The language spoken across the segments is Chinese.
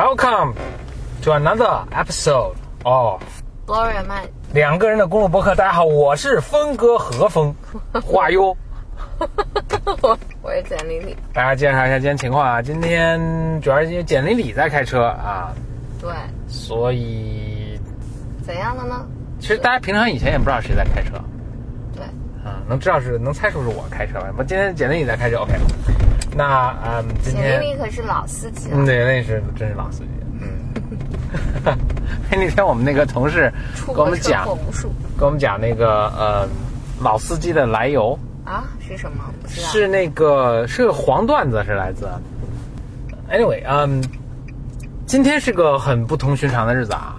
Welcome to another episode of Gloria 曼，两个人的公路博客。大家好，我是峰哥何 峰，话哟。我我是简丽丽，大家介绍一下今天情况啊，今天主要是因为简丽丽在开车啊，对，所以怎样的呢？其实大家平常以前也不知道谁在开车对，啊，能知道是能猜出是我开车吧？不，今天简丽丽在开车，OK。那嗯，今简天丽丽可是老司机啊嗯，了，对，那是真是老 司机。嗯， 那天我们那个同事出跟我过们车讲祸，无数跟我们讲那个呃老司机的来由，啊？是什么？不知道。是那个是个黄段子，是来自。Anyway，嗯，今天是个很不同寻常的日子啊？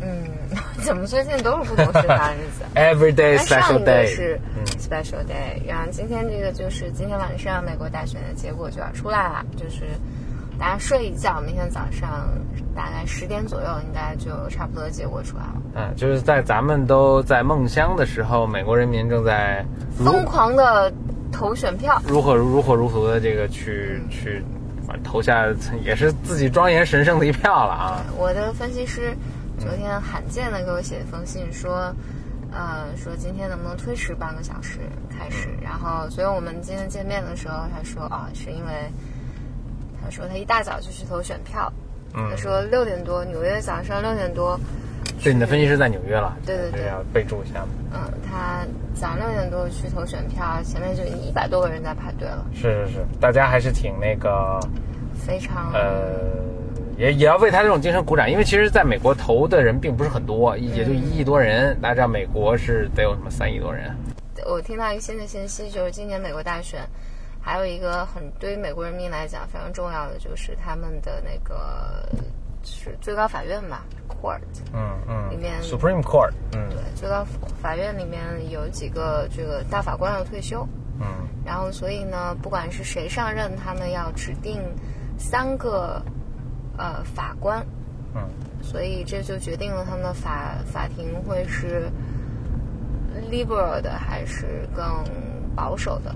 嗯， 怎么最近都是不同时差的日子，Every day 那上 special 一个 day，是嗯， special day，然后今天这个就是今天晚上美国大选的结果就要出来了，就是大家睡一觉，明天早上大概十点左右应该就差不多结果出来了。嗯，就是在咱们都在梦乡的时候，美国人民正在如疯狂的投选票，如火如火如荼的这个去去，反正投下也是自己庄严神圣的一票了啊。我的分析师昨天罕见的给我写一封信说，呃，说今天能不能推迟半个小时开始？嗯然后，所以我们今天见面的时候，他说啊，是因为他说他一大早就去投选票，嗯他说六点多，纽约早上六点多，对，你的分析师在纽约了，对对对这要备注一下。嗯，他早上六点多去投选票，前面就已经一百多个人在排队了，是是是，大家还是挺那个非常呃，也也要为他这种精神鼓掌，因为其实在美国投的人并不是很多，也嗯就一亿多人。大家知道美国是得有什么三亿多人，我听到一个新的信息，就是今年美国大选，还有一个很对于美国人民来讲非常重要的，就是他们的那个是最高法院吧，court 嗯里嗯面，Supreme Court，嗯对最高法院里面有几个这个大法官要退休，嗯然后所以呢，不管是谁上任，他们要指定三个呃法官，嗯，所以这就决定了他们的法法庭会是 liberal 的还是更保守的。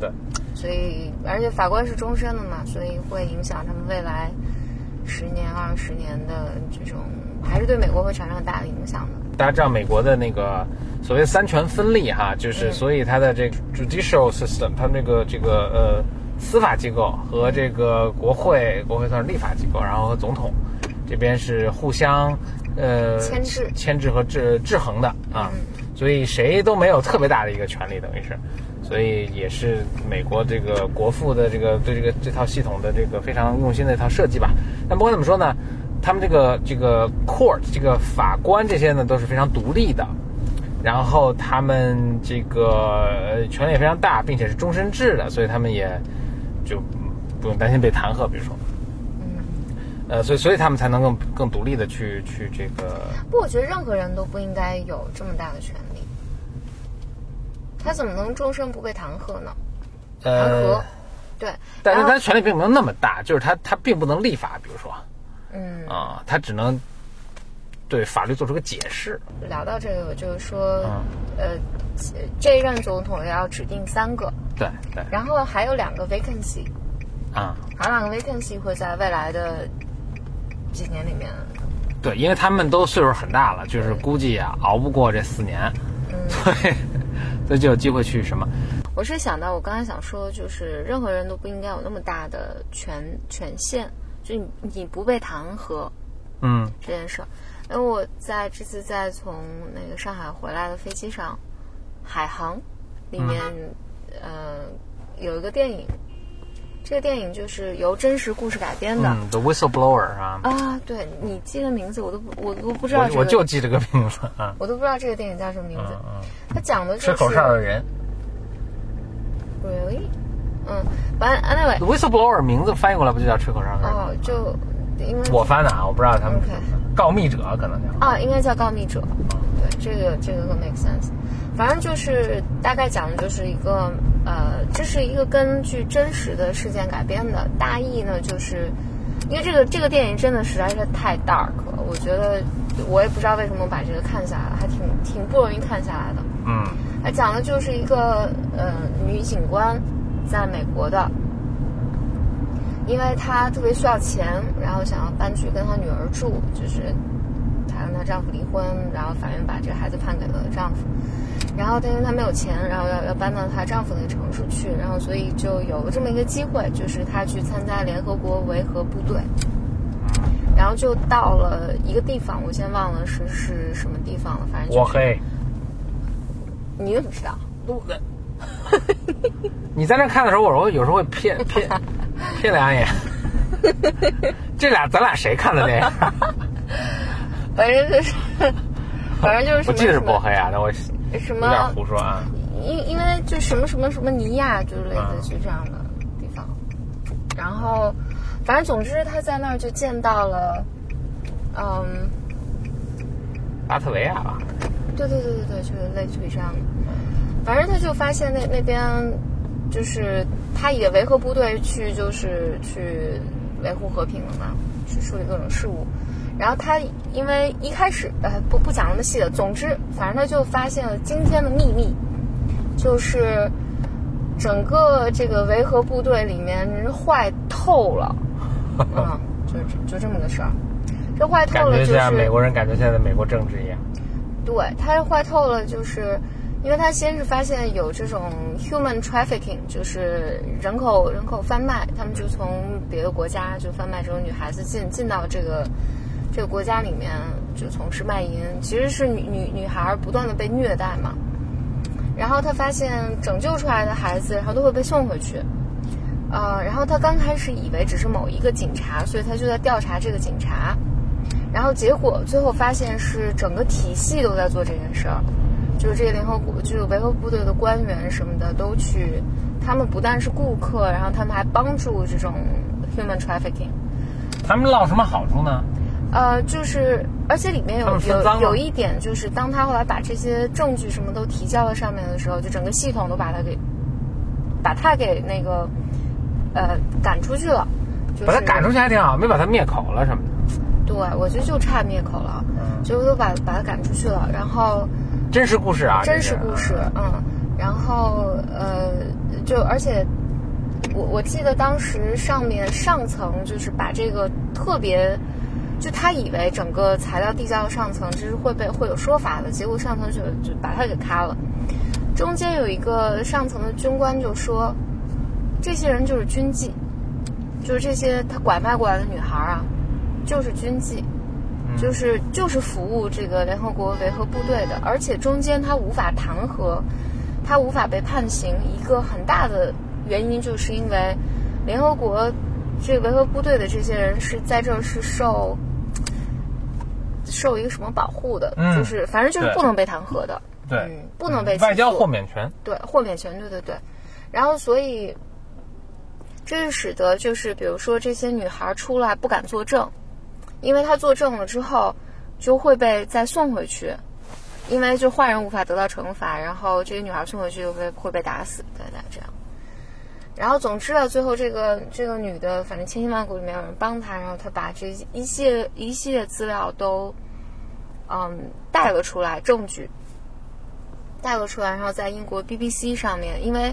对，所以而且法官是终身的嘛，所以会影响他们未来十年、二十年的这种，还是对美国会产生很大的影响的。大家知道美国的那个所谓三权分立哈，就是嗯所以它的这个 judicial system，它那个这个呃司法机构和这个国会，国会算是立法机构，然后和总统这边是互相呃牵制牵制和制制衡的啊，所以谁都没有特别大的一个权利，等于是。所以也是美国这个国父的这个对这个这套系统的这个非常用心的一套设计吧。但不管怎么说呢，他们这个这个 court 这个法官这些呢都是非常独立的，然后他们这个呃权力也非常大，并且是终身制的，所以他们也就嗯不用担心被弹劾，比如说，呃，所以所以他们才能更更独立的去去这个，不过我觉得任何人都不应该有这么大的权利，他怎么能终身不被弹劾呢？弹呃劾，，对，但是然他后权力并没有那么大，就是他他并不能立法，比如说。嗯，啊，他只能对法律做出个解释。聊到这个，我就是说嗯，呃，这一任总统要指定三个，对对然后还有两个 vacancy，啊，还有两个 vacancy 会在未来的几年里面对，因为他们都岁数很大了，就是估计啊熬不过这四年，嗯 所以所以就有机会去什么。我是想到我刚才想说，就是任何人都不应该有那么大的权权限，就你你不被弹劾嗯这件事儿。因为我在这次在从那个上海回来的飞机上，海航里嗯面，呃，有一个电影，这个电影就是由真实故事改编的、嗯，The Whistleblower 啊，啊。对你记得名字，我都不我都不知道、这我个我就记这个名字啊，我都不知道这个电影叫什么名字。嗯它讲的就是吹口哨的人。 really，嗯，反正 anyway， The Whistleblower 名字翻译过来不就叫吹口哨的人？哦，就因为我翻的啊，我不知道他们 OK 告密者可能叫。啊，应该叫告密者。对，这个这个更 make sense。反正就是大概讲的就是一个呃，这是一个根据真实的事件改编的，大意呢就是。因为这个这个电影真的实在是太 dark 了，我觉得我也不知道为什么把这个看下来，还挺挺不容易看下来的。嗯它讲的就是呃一个呃女警官在美国的，因为她特别需要钱，然后想要搬去跟她女儿住，就是她跟她丈夫离婚，然后法院把这个孩子判给了丈夫。然后，但是她没有钱，然后要要搬到她丈夫那个城市去，然后所以就有了这么一个机会，就是她去参加联合国维和部队，然后就到了一个地方，我先忘了是是什么地方了，反正、就是、我黑，你怎么知道？路的。你在那看的时候，我说有时候会 瞥瞥瞥两眼，这俩咱俩谁看的电影？反正就是，反正就是什我么，记得是波黑啊，但我什有点么胡说啊。因因为就什么什么什么尼亚之类嗯的，就这样的地方。然后，反正总之他在那儿就见到了，嗯，巴特维亚吧，对对对对对，就是类似于这样的。反正他就发现那那边，就是他也维和部队去，就是去维护和平了嘛，去处理各种事务。然后他因为一开始呃不不讲那么细了，总之反正他就发现了惊天的秘密，就是整个这个维和部队里面人坏透了，嗯，就就这么个事儿。这坏透感了觉就是像美国人感觉现在美国政治一样。对，它坏透了，就是因为它先是发现有这种 human trafficking，就是人口人口贩卖，他们就从别的国家就贩卖这种女孩子进进到这个这个国家里面，就从事卖淫，其实是女女女孩儿不断的被虐待嘛。然后他发现拯救出来的孩子，然后都会被送回去。呃，然后他刚开始以为只是某一个警察，所以他就在调查这个警察。然后结果最后发现是整个体系都在做这件事儿，就是这个联合国，就是维和部队的官员什么的都去，他们不但是顾客，然后他们还帮助这种 human trafficking，他们落什么好处呢？呃，就是而且里面他有们分赃吗有有一点就是，当他后来把这些证据什么都提交到上面的时候，就整个系统都把他给把他给那个呃赶出去了，就是把他赶出去还挺好，没把他灭口了什么的。对，我觉得就差灭口了，嗯，就都把把他赶出去了，然后。真实故事啊，真这实是故事，嗯，然后呃，就而且我我记得当时上面上层就是把这个特别，就他以为整个材料递交到上层，这是会被会有说法的，结果上层就就把他给咔了。中间有一个上层的军官就说，这些人就是军妓，就是这些他拐卖过来的女孩儿啊，就是军妓。嗯就是就是服务这个联合国维和部队的，而且中间他无法弹劾，他无法被判刑。一个很大的原因就是因为联合国这维和部队的这些人是在这儿是受受一个什么保护的，嗯就是反正就是对不能被弹劾的，对嗯，不能被外交起诉豁免权，对，豁免权，对对对。然后所以，这就使得就是比如说这些女孩出来不敢作证，因为她作证了之后就会被再送回去，因为就坏人无法得到惩罚，然后这些女孩送回去就会会被打死，对对这样。然后总之啊，最后这个这个女的，反正千辛万苦里面有人帮她，然后她把这一系列一系列资料都嗯带了出来，证据带了出来，然后在英国 BBC 上面，因为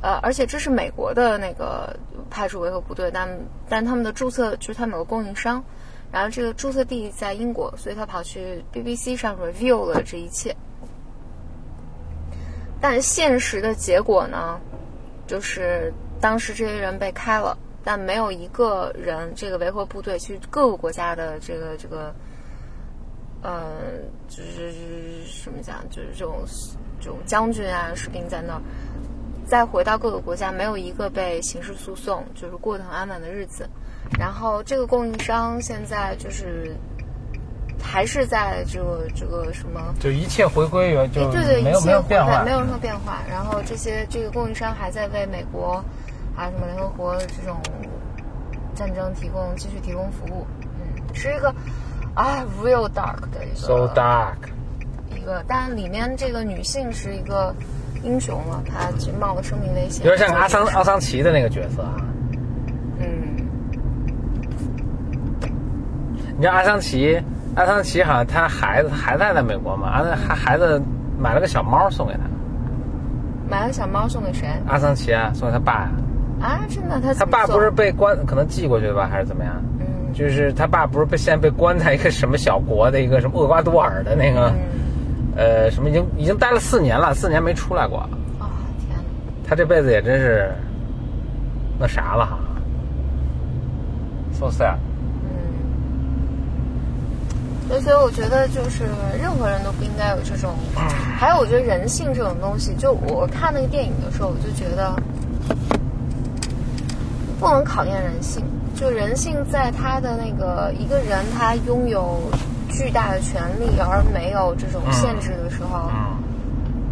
呃，而且这是美国的那个派驻维和部队，但但他们的注册就是他们有个供应商，然后这个注册地在英国，所以他跑去 BBC 上 review 了这一切。但现实的结果呢，就是当时这些人被开了，但没有一个人这个维和部队去各个国家的这个这个，呃，就是什么讲，就是这种这种将军啊、士兵在那儿，再回到各个国家，没有一个被刑事诉讼，就是过得很安稳的日子。然后这个供应商现在就是还是在这个这个什么。就一切回归原，就对对，没一有没切有回变来化，没有任何变化。然后这些这个供应商还在为美国还有什么联合国这种战争提供继续提供服务。嗯，是一个啊 real dark 的一个 so dark。一个，但里面这个女性是一个英雄嘛，她去冒了生命危险，有点像阿桑做这阿个事桑奇的那个角色啊。嗯，你知道阿桑奇，阿桑奇好像他孩子还在在美国嘛，阿他孩子买了个小猫送给他，买了小猫送给谁？阿桑奇啊，送给他爸呀、啊，真的，他他他爸不是被关，可能寄过去的吧，还是怎么样？嗯就是他爸不是被现在被关在一个什么小国的一个什么厄瓜多尔的那个，嗯呃，什么已经已经待了四年了，四年没出来过。啊、天哪，他这辈子也真是那啥了哈，so sad。嗯，对所以我觉得就是任何人都不应该有这种，还有我觉得人性这种东西，就我看那个电影的时候，我就觉得不能考验人性，就人性在他的那个一个人他拥有巨大的权利而没有这种限制的时候。嗯，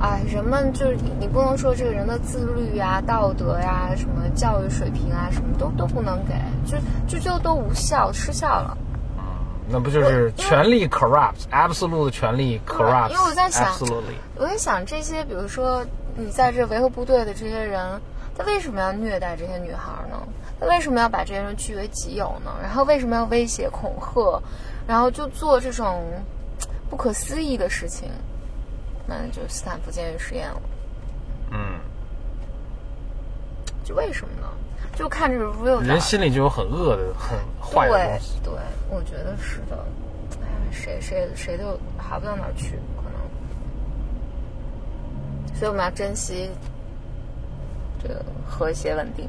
哎，人们就是你你不能说这个人的自律呀、道德呀、什么教育水平啊，什么都都不能给，就就就都无效失效了。那不就是权力 corrupts，absolute 权力 corrupts，因为我在想 absolutely。我在想这些，比如说你在这维和部队的这些人，他为什么要虐待这些女孩呢？他为什么要把这些人据为己有呢？然后为什么要威胁恐吓，然后就做这种不可思议的事情？那就斯坦福监狱实验了。嗯，就为什么呢？就看这个 real 人的心里就有很恶的、很坏的东西。对，对，我觉得是的。哎，谁谁谁都好不到哪儿去，可能。所以我们要珍惜这个和谐稳定。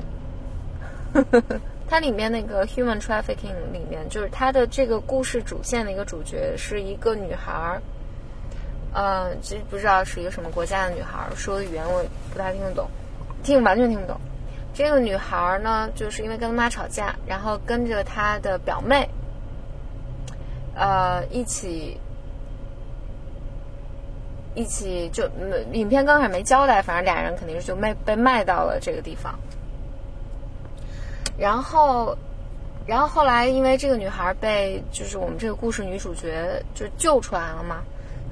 它里面那个 human trafficking 里面，就是它的这个故事主线的一个主角是一个女孩儿，呃，这不知道是一个什么国家的女孩儿，说的语言我也不太听得懂，听完全听不懂。这个女孩儿呢，就是因为跟她妈吵架，然后跟着她的表妹，呃，一起。一起就嗯影片刚开始没交代，反正俩人肯定是就卖被卖到了这个地方。然后，然后后来因为这个女孩被就是我们这个故事女主角就救出来了嘛，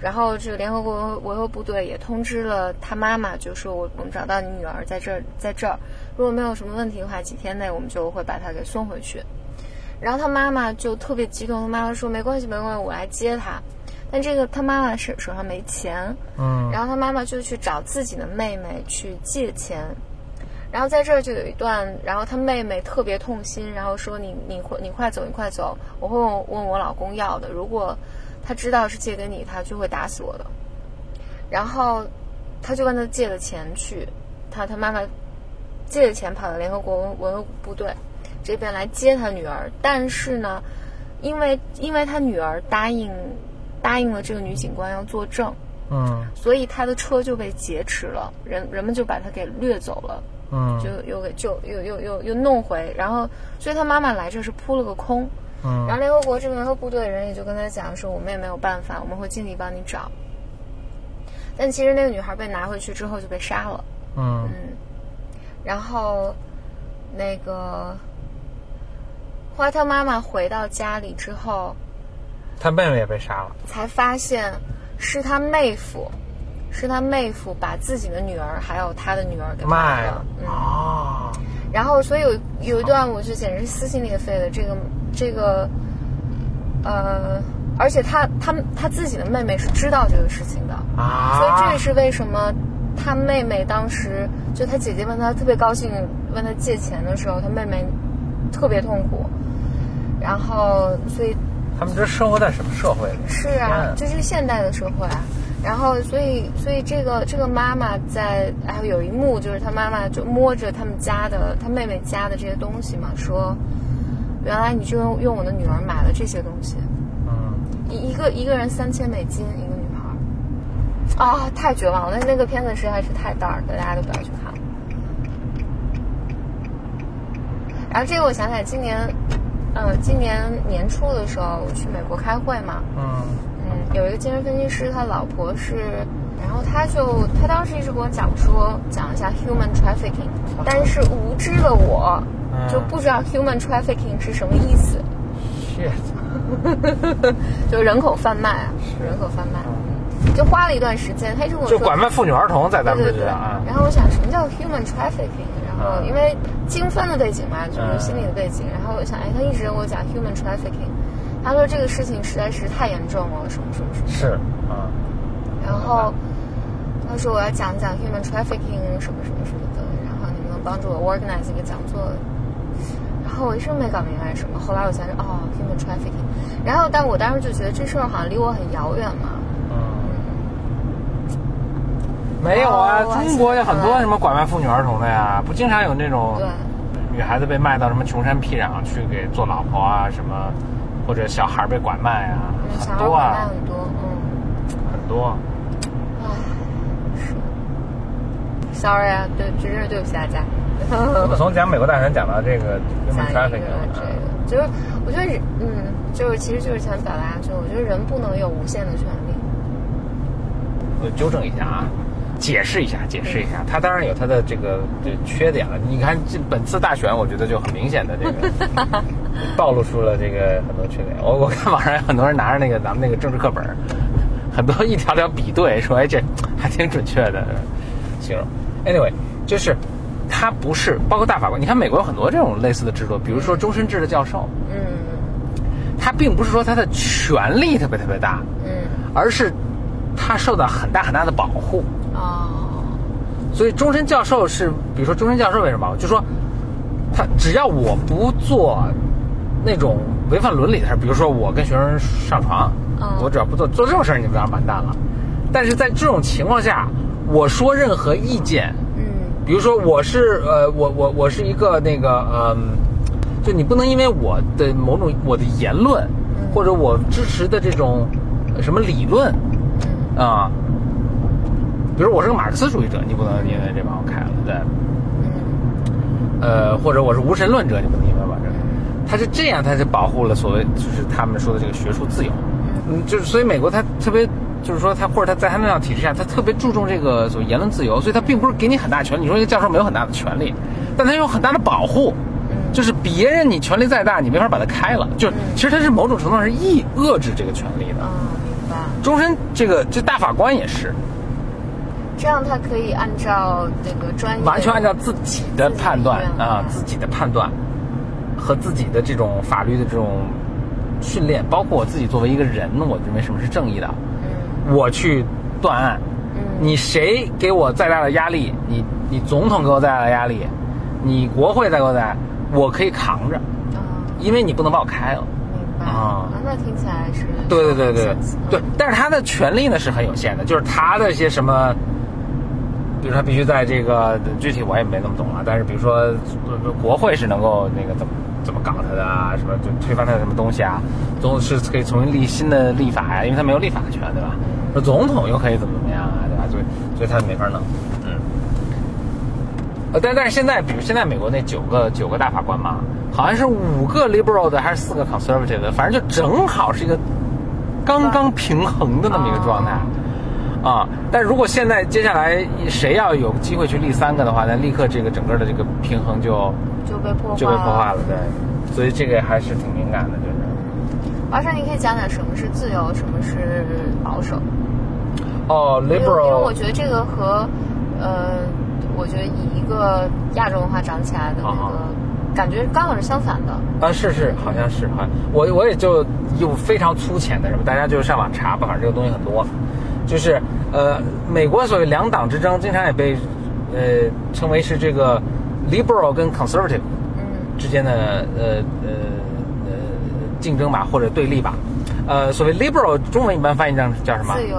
然后这个联合国维和部队也通知了她妈妈，就说我我们找到你女儿在这儿，在这儿，如果没有什么问题的话，几天内我们就会把她给送回去。然后她妈妈就特别激动，她妈妈说没关系，没关系，我来接她。但这个她妈妈手手上没钱，嗯然后他妈妈就去找自己的妹妹去借钱，然后在这儿就有一段，然后他妹妹特别痛心，然后说你你快你快走你快走，我会问我问我老公要的，如果他知道是借给你，他就会打死我的。然后他就问他借了钱去，他他妈妈借了钱跑到联合国文文部队这边来接他女儿，但是呢，因为因为他女儿答应答应了这个女警官要作证。嗯所以他的车就被劫持了，人人们就把他给掠走了，嗯就又给救又又又又弄回，然后所以他妈妈来这是扑了个空，然后嗯联合国这边和部队的人也就跟他讲说，我们也没有办法，我们会尽力帮你找。但其实那个女孩被拿回去之后就被杀了，嗯嗯，然后那个后来他妈妈回到家里之后，他妹妹也被杀了。才发现是他妹夫，是他妹夫把自己的女儿还有他的女儿给卖了了。嗯，啊，然后所以有有一段我就简直是撕心裂肺的，这个这个，呃，而且他他他自己的妹妹是知道这个事情的，啊！所以这也是为什么他妹妹当时就他姐姐问他特别高兴问他借钱的时候，他妹妹特别痛苦，然后所以他们这生活在什么社会里？是天啊，这是现代的社会啊。然后，所以，所以这个这个妈妈在，还有有一幕就是她妈妈就摸着他们家的她妹妹家的这些东西嘛，说，原来你就用用我的女儿买了这些东西，嗯，一一个一个人三千美金，一个女孩儿，啊，太绝望了！那那个片子实在是太 dark 了，大家都不要去看了。然后这个我想起来，今年，呃，今年年初的时候我去美国开会嘛，嗯嗯，有一个精神分析师，他老婆是，然后他就他当时一直跟我讲说，讲一下 human trafficking，但是无知的我哦嗯就不知道 human trafficking 是什么意 思， ，shit，就人口贩卖啊，人口贩卖，嗯就花了一段时间，他一直跟我就说，拐卖妇女儿童，在咱们对这对里对，啊，然后我想什么叫 human trafficking，然后嗯因为精分的背景嘛，就是嗯心理的背景，然后我想，哎，他一直跟我讲 human trafficking，他说这个事情实在是太严重了，什么什么什么。是啊，然后他说我要讲讲 human trafficking 什么什么什么的，然后你们能帮助我 organize 一个讲座，然后我一直没搞明白什么。后来我才知道，哦，human trafficking。然后，但我当时就觉得这事儿好像离我很遥远嘛。嗯没有啊，哦我中国有很想起来多了什么拐卖妇女儿童的呀，不经常有那种对，女孩子被卖到什么穷山僻壤去给做老婆啊，什么或者小孩被拐卖啊，嗯，小很孩儿多拐卖啊，很多，嗯，很多。唉，是，sorry 啊，对，真是对不起大家。我们从讲美国大选讲到这个 human 讲一个 trafficking，啊这个，就是我觉得人，嗯，就是其实就是想表达，就是我觉得人不能有无限的权利。我纠正一下啊，解释一下，解释一下，它当然有它的这个这缺点了。你看这本次大选，我觉得就很明显的这个暴露出了这个很多缺点。我我看网上有很多人拿着那个咱们那个政治课本儿，很多一条条比对，说哎这还挺准确的形容。Anyway，就是它不是包括大法官，你看美国有很多这种类似的制度，比如说终身制的教授，嗯他并不是说他的权力特别特别大，嗯，而是他受到很大很大的保护。哦，所以终身教授是，比如说终身教授为什么？就说他只要我不做那种违反伦理的事儿，比如说我跟学生上床，嗯我只要不做做这种事儿，你们当然完蛋了。但是在这种情况下，我说任何意见，嗯比如说我是呃，我我我是一个那个嗯、就你不能因为我的某种我的言论嗯，或者我支持的这种呃什么理论，嗯啊、比如我是个马克思主义者，你不能因为这把我开了，对，嗯呃，或者我是无神论者，你不能因为我这，他是这样，他是保护了所谓就是他们说的这个学术自由，嗯，就是所以美国他特别就是说他或者他在他那样体制下，他特别注重这个所谓言论自由，所以他并不是给你很大权利，你说一个教授没有很大的权利，但他有很大的保护。嗯就是别人你权力再大，你没法把他开了。就是嗯其实他是某种程度上是抑遏制这个权利的。哦，明白。终身这个这大法官也是，这样他可以按照这个专业，完全按照自己的判断自己的意愿啊，自己的判断和自己的这种法律的这种训练，包括我自己作为一个人，我认为什么是正义的，嗯我去断案。嗯你谁给我再大的压力，你你总统给我再大的压力，你国会再给我再，我可以扛着，哦，因为你不能把我开了。明白啊那听起来是对对对对对嗯，但是他的权利呢是很有限的，就是他的一些什么，比如他必须在这个具体我也没那么懂啊，但是比如说呃国会是能够那个怎么怎么搞他的啊，什么就推翻他的什么东西啊，总是可以重新立新的立法呀、因为他没有立法权对吧？说总统又可以怎么怎么样啊，对吧？所以所以他没法弄，嗯。呃，但但是现在，比如现在美国那九个九个大法官嘛，好像是五个 liberal 的还是四个 conservative 的，反正就正好是一个啊刚刚平衡的那么一个状态。啊，但如果现在接下来谁要有机会去立三个的话，那立刻这个整个的这个平衡就就被破坏就被破坏了，对，所以这个还是挺敏感的，就是。而且你可以讲讲什么是自由，什么是保守。哦因为因为我，liberal，觉得这个和呃，我觉得以一个亚洲文化长起来的那啊个感觉刚好是相反的。啊，是是，好像是哈，我我也就有非常粗浅的什么，大家就上网查吧，反正这个东西很多，就是呃，美国所谓两党之争，经常也被呃称为是这个 liberal 跟 conservative 嗯之间的呃呃呃竞争吧，或者对立吧，呃，所谓 liberal 中文一般翻译成叫什么？自由，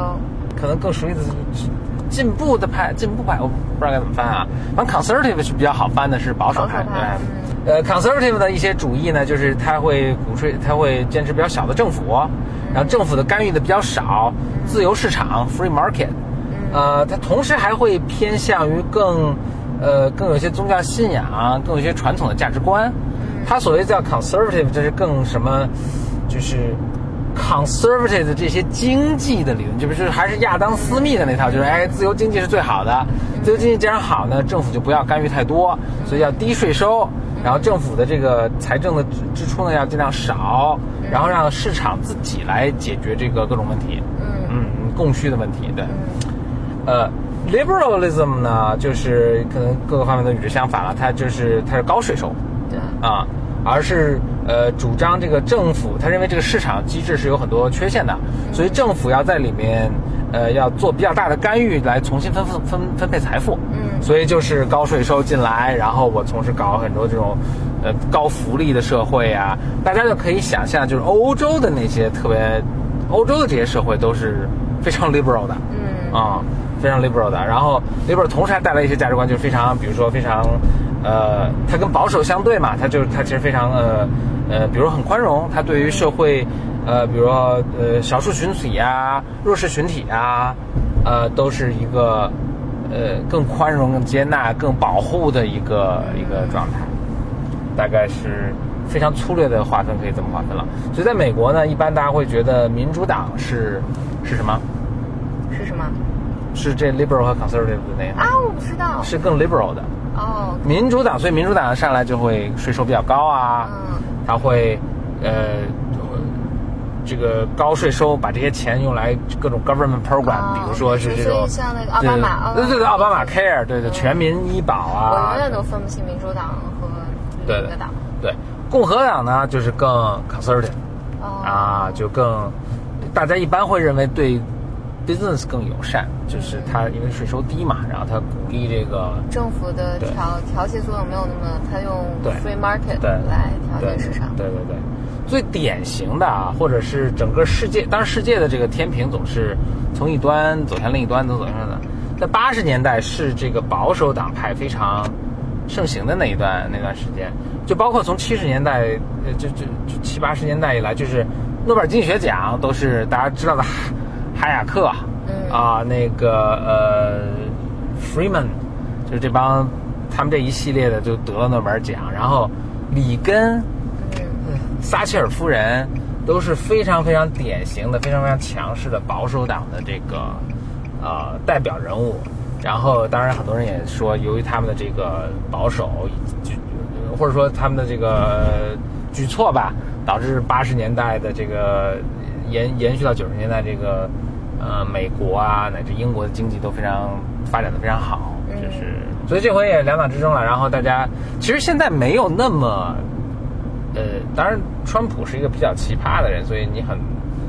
可能更熟悉的是进步的派，进步派，我不知道该怎么翻啊。反正 conservative 是比较好翻的，是保守派，保守对吧派？呃，conservative 的一些主义呢，就是他会鼓吹，他会坚持比较小的政府，然后政府的干预的比较少，自由市场 （free market）。呃，嗯它同时还会偏向于更，呃，更有一些宗教信仰，更有一些传统的价值观。它所谓叫 conservative，就是更什么，就是 conservative 的这些经济的理论，就不是还是亚当斯密的那套，就是哎，自由经济是最好的，自由经济既然好呢，政府就不要干预太多，所以要低税收，然后政府的这个财政的支支出呢要尽量少，然后让市场自己来解决这个各种问题，嗯嗯，供需的问题，对，呃。liberalism 呢，就是可能各个方面都与之相反了，它就是它是高税收，对，啊，而是呃，主张这个政府，他认为这个市场机制是有很多缺陷的，嗯所以政府要在里面，呃，要做比较大的干预来重新分分分分配财富。嗯所以就是高税收进来，然后我从事搞很多这种，呃，高福利的社会啊，大家就可以想象，就是欧洲的那些特别，欧洲的这些社会都是非常 liberal 的。嗯啊、非常 liberal 的。然后 liberal 同时还带来一些价值观，就是非常，比如说非常，呃，它跟保守相对嘛，它就是它其实非常呃呃，比如说很宽容，它对于社会呃，比如说呃少数群体啊、弱势群体啊，呃，都是一个呃更宽容、更接纳、更保护的一个一个状态。大概是非常粗略的划分，可以这么划分了。所以在美国呢，一般大家会觉得民主党是是什么？是什么是这 liberal 和 conservative 的那样，啊？我不知道。是更 liberal 的。哦，民主党，所以民主党上来就会税收比较高啊，嗯他会呃这个高税收把这些钱用来各种 government program，、哦比如说是这种就是像那个奥巴马对对对对奥奥巴巴马马 care，对对，嗯全民医保啊，我永远都分不清民主党和对哪个党。对，共和党呢就是更 conservative 哦，啊，就更大家一般会认为对 business 更友善，就是它因为税收低嘛，然后它鼓励这个。政府的对调调节作用没有那么，它用对 free market 对来调对节市场。对对对，最典型的啊，或者是整个世界，当然世界的这个天平总是从一端走向另一端，走走向的。在八十年代是这个保守党派非常盛行的那一段那段时间，就包括从七十年代，呃，就就就七八十年代以来，就是诺贝尔经济学奖都是大家知道的哈哈雅克，嗯啊，那个呃，Freeman，就是这帮他们这一系列的就得了诺贝尔奖，然后里根、嗯撒切尔夫人都是非常非常典型的、非常非常强势的保守党的这个呃代表人物。然后，当然很多人也说，由于他们的这个保守，就或者说他们的这个举措吧，导致八十年代的这个延延续到九十年代这个呃美国啊乃至英国的经济都非常发展的非常好，就是所以这回也两党之争了。然后大家其实现在没有那么呃，当然，川普是一个比较奇葩的人，所以你很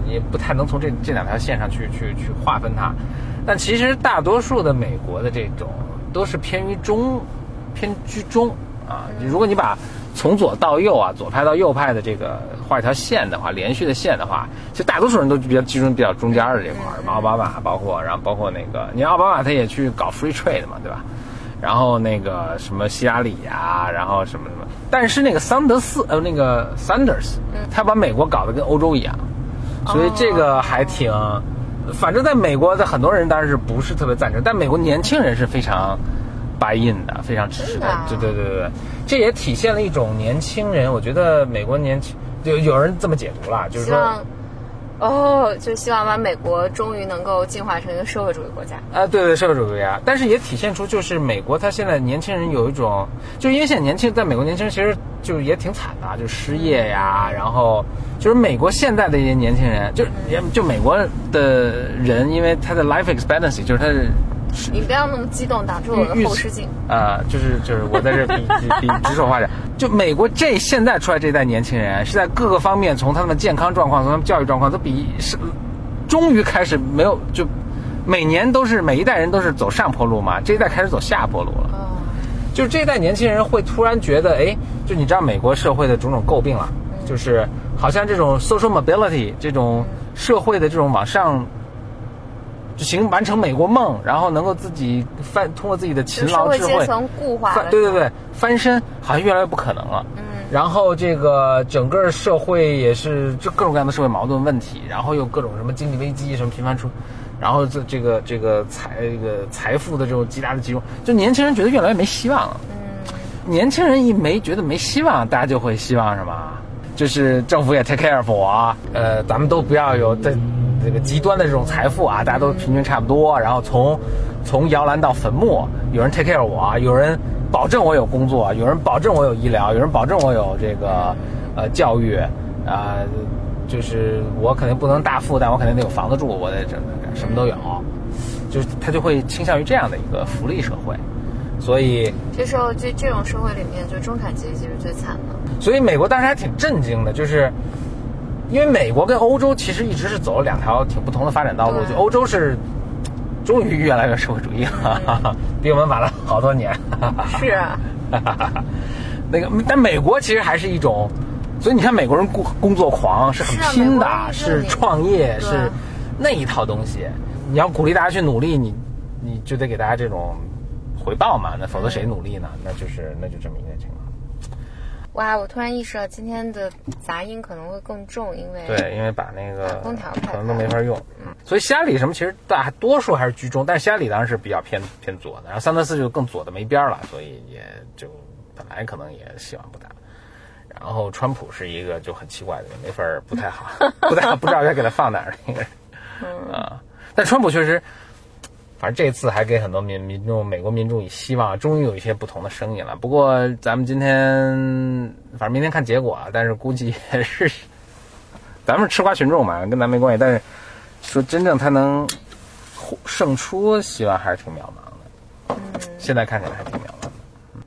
你不太能从这这两条线上去去去划分他。但其实大多数的美国的这种都是偏于中，偏居中啊。如果你把从左到右啊，左派到右派的这个画一条线的话，连续的线的话，其实大多数人都比较集中比较中间的这块儿，奥巴马包括，然后包括那个，你看奥巴马他也去搞 free trade 嘛，对吧？然后那个什么希拉里呀、然后什么什么，但是那个桑德斯呃那个 Sanders，他嗯把美国搞得跟欧洲一样，哦所以这个还挺，反正在美国的很多人当然是不是特别赞成，但美国年轻人是非常 buy in 的，非常支持真的的啊，对对对对对，这也体现了一种年轻人，我觉得美国年轻有有人这么解读啦，就是希说。望哦，就希望把美国终于能够进化成一个社会主义国家。啊，对对，社会主义啊，但是也体现出就是美国它现在年轻人有一种，就是因为现在年轻人在美国年轻人其实就也挺惨的啊，就失业呀，然后就是美国现在的一些年轻人，就是也就美国的人，因为他的 life expectancy 就是他的是你不要那么激动，挡住我预的后视镜。呃，就是就是我在这比比比指手画脚，就美国这现在出来这一代年轻人啊是在各个方面，从他们的健康状况，从他们教育状况，都比是终于开始没有就每年都是每一代人都是走上坡路嘛，这一代开始走下坡路了。哦，就这一代年轻人会突然觉得，哎，就你知道美国社会的种种诟病了，嗯就是好像这种 social mobility 这种社会的这种往上。就行，完成美国梦，然后能够自己翻通过自己的就勤社劳会智慧阶，层固化翻了。对对对，翻身好像越来越不可能了。嗯然后这个整个社会也是就各种各样的社会矛盾问题，然后又各种什么经济危机什么频繁出，然后这这个这个财这个财富的这种极大的集中，就年轻人觉得越来越没希望了。嗯年轻人一没觉得没希望，大家就会希望什么？就是政府也 take care of 我啊，呃，咱们都不要有这这个极端的这种财富啊，大家都平均差不多。然后从从摇篮到坟墓，有人 take care 我啊，有人保证我有工作，有人保证我有医疗，有人保证我有这个呃教育啊、就是我肯定不能大富，但我肯定得有房子住，我得这这什么都有，就是他就会倾向于这样的一个福利社会。所以这时候就这种社会里面，就中产阶级是最惨的。所以美国当时还挺震惊的，就是因为美国跟欧洲其实一直是走了两条挺不同的发展道路，对就欧洲是终于越来越社会主义了， 哈哈，比我们晚了好多年， 哈哈。是啊，那个，但美国其实还是一种，所以你看美国人工工作狂是很是啊拼的，美国人是就是创业，对是那一套东西。你要鼓励大家去努力，你你就得给大家这种回报嘛，那否则谁努力呢？那就是那就这么一个情况。哇！我突然意识到今天的杂音可能会更重，因为对，因为把那个空调开可能都没法用，嗯嗯所以虾里什么其实大多数还是居中，但是虾里当然是比较偏偏左的，然后三德四就更左的没边儿了，所以也就本来可能也希望不大。然后川普是一个就很奇怪的人，没法儿不太 好，不太好不知道该给他放哪儿那个人嗯啊。但川普确实，反正这次还给很多民民众美国民众以希望，终于有一些不同的声音了。不过咱们今天反正明天看结果，啊，但是估计也是咱们吃瓜群众嘛，跟咱没关系。但是说真正他能获胜出，希望还是挺渺茫的。现在看起来还挺渺茫的。嗯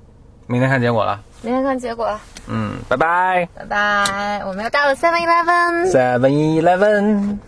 明天看结果了，明天看结果。嗯，拜拜拜拜，我们又到了 Seven Eleven。 ，Seven Eleven。